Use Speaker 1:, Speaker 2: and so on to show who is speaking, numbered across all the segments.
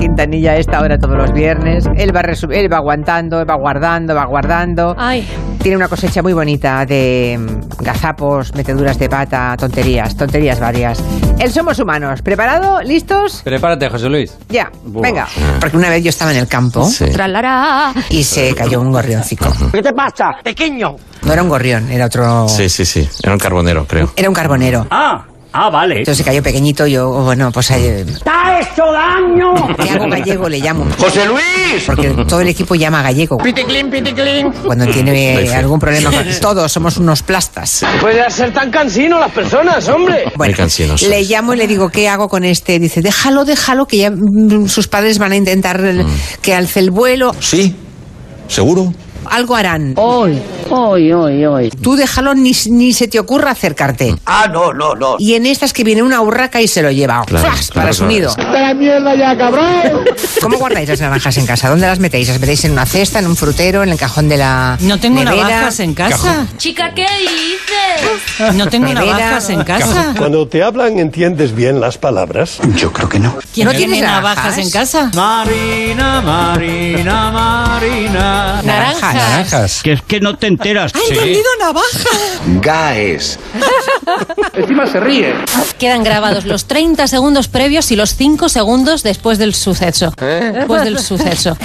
Speaker 1: ventanilla a esta hora todos los viernes. Él va, resu- él va aguantando, va guardando, va guardando.
Speaker 2: Ay,
Speaker 1: Tiene una cosecha muy bonita de mm, gazapos, meteduras de pata, tonterías, tonterías varias. El Somos Humanos. ¿Preparado? ¿Listos?
Speaker 3: Prepárate, José Luis.
Speaker 1: Ya,
Speaker 3: Buah.
Speaker 1: venga. Porque una vez yo estaba en el campo
Speaker 2: tralará.
Speaker 1: y se cayó un gorrioncico.
Speaker 4: ¿Qué te pasa, pequeño?
Speaker 1: No era un gorrión, era otro...
Speaker 5: Oh.
Speaker 6: Sí, sí, sí. Era un carbonero, creo.
Speaker 1: Era un carbonero.
Speaker 4: Ah, ah, vale.
Speaker 1: Entonces se cayó pequeñito y yo, bueno, pues... eh,
Speaker 4: ¡Está hecho daño!
Speaker 1: Le hago gallego, le llamo.
Speaker 4: ¡José Luis!
Speaker 1: Porque todo el equipo llama gallego.
Speaker 4: ¡Piticlin, piticlin!
Speaker 1: Cuando tiene eh,
Speaker 6: Perfecto.
Speaker 1: algún problema con todos, somos unos plastas.
Speaker 4: Pueden ser tan cansino las personas, hombre.
Speaker 1: Bueno,
Speaker 6: cansinos
Speaker 1: le
Speaker 6: sois.
Speaker 1: llamo y le digo, ¿qué hago con este? Dice, déjalo, déjalo, que ya mm, sus padres van a intentar el- que alce el vuelo.
Speaker 6: Mm. Sí, seguro.
Speaker 1: Algo harán.
Speaker 7: Hoy, hoy, hoy, hoy.
Speaker 1: Tú déjalo, ni, ni se te ocurra
Speaker 6: Mm.
Speaker 1: acercarte.
Speaker 4: Ah, no, no, no.
Speaker 1: Y en estas que viene una urraca y se lo lleva.
Speaker 6: Claro,
Speaker 1: ¡Flas!
Speaker 6: claro,
Speaker 1: para su
Speaker 6: claro.
Speaker 1: nido. ¿Cómo guardáis las naranjas en casa? ¿Dónde las metéis? ¿Las metéis en una cesta, en un frutero, en el cajón de la
Speaker 8: No tengo
Speaker 1: nevera?
Speaker 8: navajas eh. en casa.
Speaker 2: Chica, ¿qué dices?
Speaker 8: No tengo
Speaker 1: Nevera.
Speaker 8: navajas en casa.
Speaker 9: Cuando te hablan, ¿entiendes bien las palabras? Yo creo que no.
Speaker 8: ¿Quién
Speaker 1: ¿No
Speaker 8: tiene
Speaker 1: tienes
Speaker 8: navajas?
Speaker 1: navajas?
Speaker 8: en casa?
Speaker 3: Marina, Marina, Marina.
Speaker 1: Naranjas.
Speaker 3: Naranjas.
Speaker 10: Que es que no te enteras.
Speaker 8: ¡Ha entendido navaja!
Speaker 2: Quedan grabados los 30 segundos previos y los 5 segundos después del suceso.
Speaker 11: ¿Eh?
Speaker 2: Después del suceso.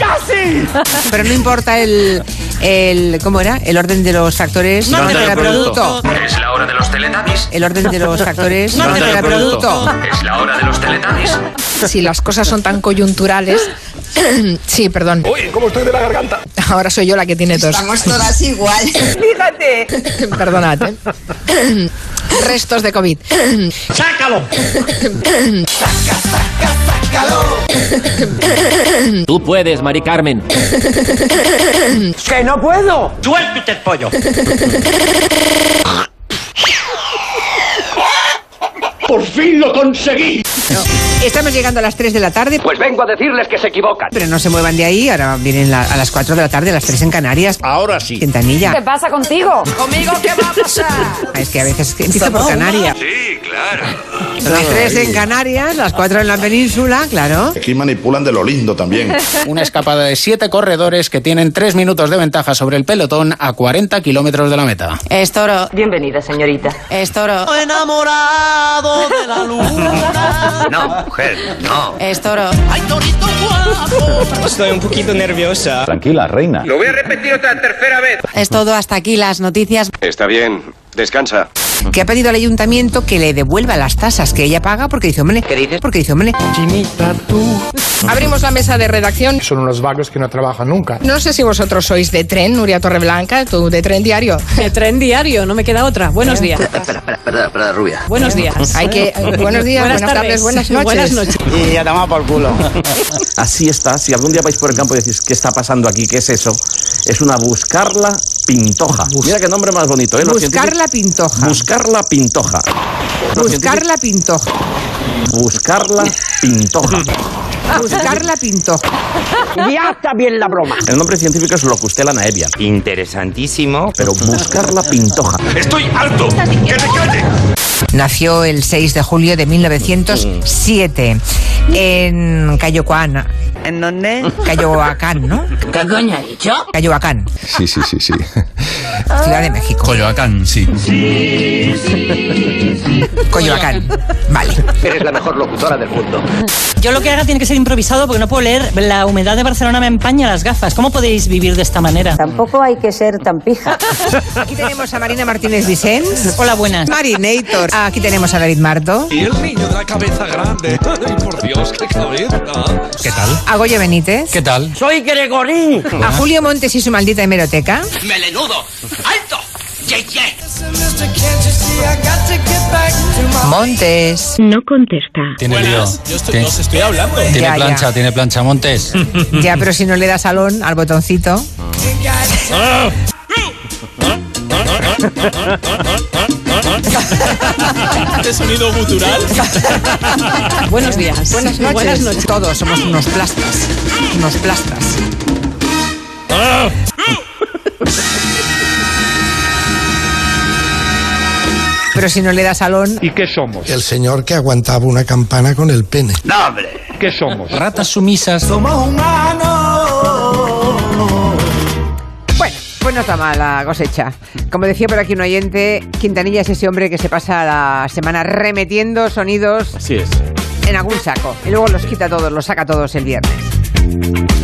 Speaker 1: Pero no importa el, el ¿cómo era? El orden de los factores.
Speaker 8: No
Speaker 6: del producto.
Speaker 11: Es la hora de los teletubbies.
Speaker 1: El orden de los factores.
Speaker 8: No
Speaker 6: del
Speaker 1: del
Speaker 6: producto.
Speaker 11: Es la hora de los teletubbies.
Speaker 7: Si las cosas son tan coyunturales. sí, perdón.
Speaker 9: Uy, ¿cómo estoy de la garganta?
Speaker 7: Ahora soy yo la que tiene tos.
Speaker 1: todas igual. Fíjate.
Speaker 7: Perdonad. ¿eh? Restos de COVID.
Speaker 4: ¡Sácalo!
Speaker 3: Tú puedes, Mari Carmen.
Speaker 4: ¡Que no puedo! ¡Suéltate el pollo! ¡Por fin lo conseguí!
Speaker 1: Estamos llegando a las 3 de la tarde.
Speaker 4: Pues vengo a decirles que se equivocan.
Speaker 1: Pero no se muevan de ahí, ahora vienen la- a las 4 de la tarde, a las 3 en Canarias.
Speaker 9: Ahora sí.
Speaker 1: Quintanilla.
Speaker 7: pasa contigo?
Speaker 1: Ah, Es que a veces empieza por Canarias. Sí, claro. Las 3 en Canarias, las 4 en la península, claro.
Speaker 10: Aquí manipulan de lo lindo también.
Speaker 11: Una escapada de siete corredores que tienen tres minutos de ventaja sobre el pelotón a 40 kilómetros de la meta.
Speaker 7: Estoro,
Speaker 1: Bienvenida, señorita.
Speaker 7: estoro,
Speaker 3: Enamorado de la luna.
Speaker 11: No, mujer, no.
Speaker 7: estoro.
Speaker 3: Estoy un poquito nerviosa.
Speaker 10: Tranquila, reina.
Speaker 11: Lo voy a repetir otra tercera vez.
Speaker 7: Es todo hasta aquí las noticias.
Speaker 11: Está bien, descansa.
Speaker 1: Que ha pedido al ayuntamiento que le devuelva las tasas que ella paga porque dice, hombre, ¿qué dices? Porque dice, hombre,
Speaker 7: Abrimos la mesa de redacción.
Speaker 9: Son unos vagos que no trabajan nunca.
Speaker 7: No sé si vosotros sois de tren, Nuria Torreblanca, tú de tren diario.
Speaker 8: De tren diario, no me queda otra.
Speaker 7: ¿Eh?
Speaker 8: Buenos días.
Speaker 11: Espera, espera, espera, espera, rubia.
Speaker 8: Buenos días.
Speaker 7: Hay que buenos días, buenas, tardes, buenas noches.
Speaker 8: Buenas noches.
Speaker 4: Y ya te por culo.
Speaker 5: Así está. Si algún día vais por el campo y decís, ¿qué está pasando aquí? ¿Qué es eso? Es una buscarla pintoja. Mira qué nombre más bonito, ¿eh? Los
Speaker 1: buscar la pintoja.
Speaker 5: científicos- Buscarla pintoja. Los
Speaker 1: Buscar la pintoja.
Speaker 5: científicos- Buscarla pintoja.
Speaker 1: Buscar la pintoja.
Speaker 4: Ya está bien la broma.
Speaker 5: El nombre científico es Locustela naevia,
Speaker 3: Interesantísimo.
Speaker 5: pero buscarla pintoja.
Speaker 1: Nació el 6 de julio de 1907 en Cayoacán. ¿En dónde? Cayoacán, ¿no?
Speaker 7: ¿Qué coño ha dicho?
Speaker 1: Cayoacán,
Speaker 6: Sí, sí, sí, sí.
Speaker 1: Ciudad de México.
Speaker 10: Coyoacán, sí.
Speaker 1: Coyoacán. Vale.
Speaker 11: Eres la mejor locutora del mundo.
Speaker 8: Yo lo que haga tiene que ser improvisado porque no puedo leer. La humedad de Barcelona me empaña las gafas. ¿Cómo podéis vivir de esta manera?
Speaker 7: Tampoco hay que ser tan pija.
Speaker 1: Aquí tenemos a Marina Martínez Vicens.
Speaker 8: Hola, buenas.
Speaker 1: Marinator. Aquí tenemos a David Marto.
Speaker 10: Y el niño de la cabeza grande. Ay, por Dios, qué cabeza. ¿Qué tal?
Speaker 1: A Goyo Benítez.
Speaker 3: ¿Qué tal?
Speaker 4: ¡Soy Gregorín!
Speaker 1: A Julio Montes y su maldita hemeroteca.
Speaker 4: ¡Melenudo! ¡Alto! ¡Ye, ye!
Speaker 1: Montes.
Speaker 7: No contesta.
Speaker 3: Tiene lío. Tiene- Tiene
Speaker 1: Ya, ya.
Speaker 3: plancha, tiene plancha, Montes.
Speaker 1: Ya, pero si no le das alón al botoncito.
Speaker 8: Buenos días.
Speaker 1: Buenas noches. Todos somos unos plastas. Unos plastas. Pero si no le das salón.
Speaker 12: ¿Y qué somos? El señor que aguantaba una campana con el pene.
Speaker 10: No, hombre. ¿Qué somos?
Speaker 11: Ratas sumisas.
Speaker 1: Somos humanos. Bueno, pues no está mal la cosecha. Como decía por aquí un oyente, Quintanilla es ese hombre que se pasa la semana remetiendo sonidos
Speaker 5: Así es.
Speaker 1: en algún saco. Y luego los quita todos, los saca todos el viernes.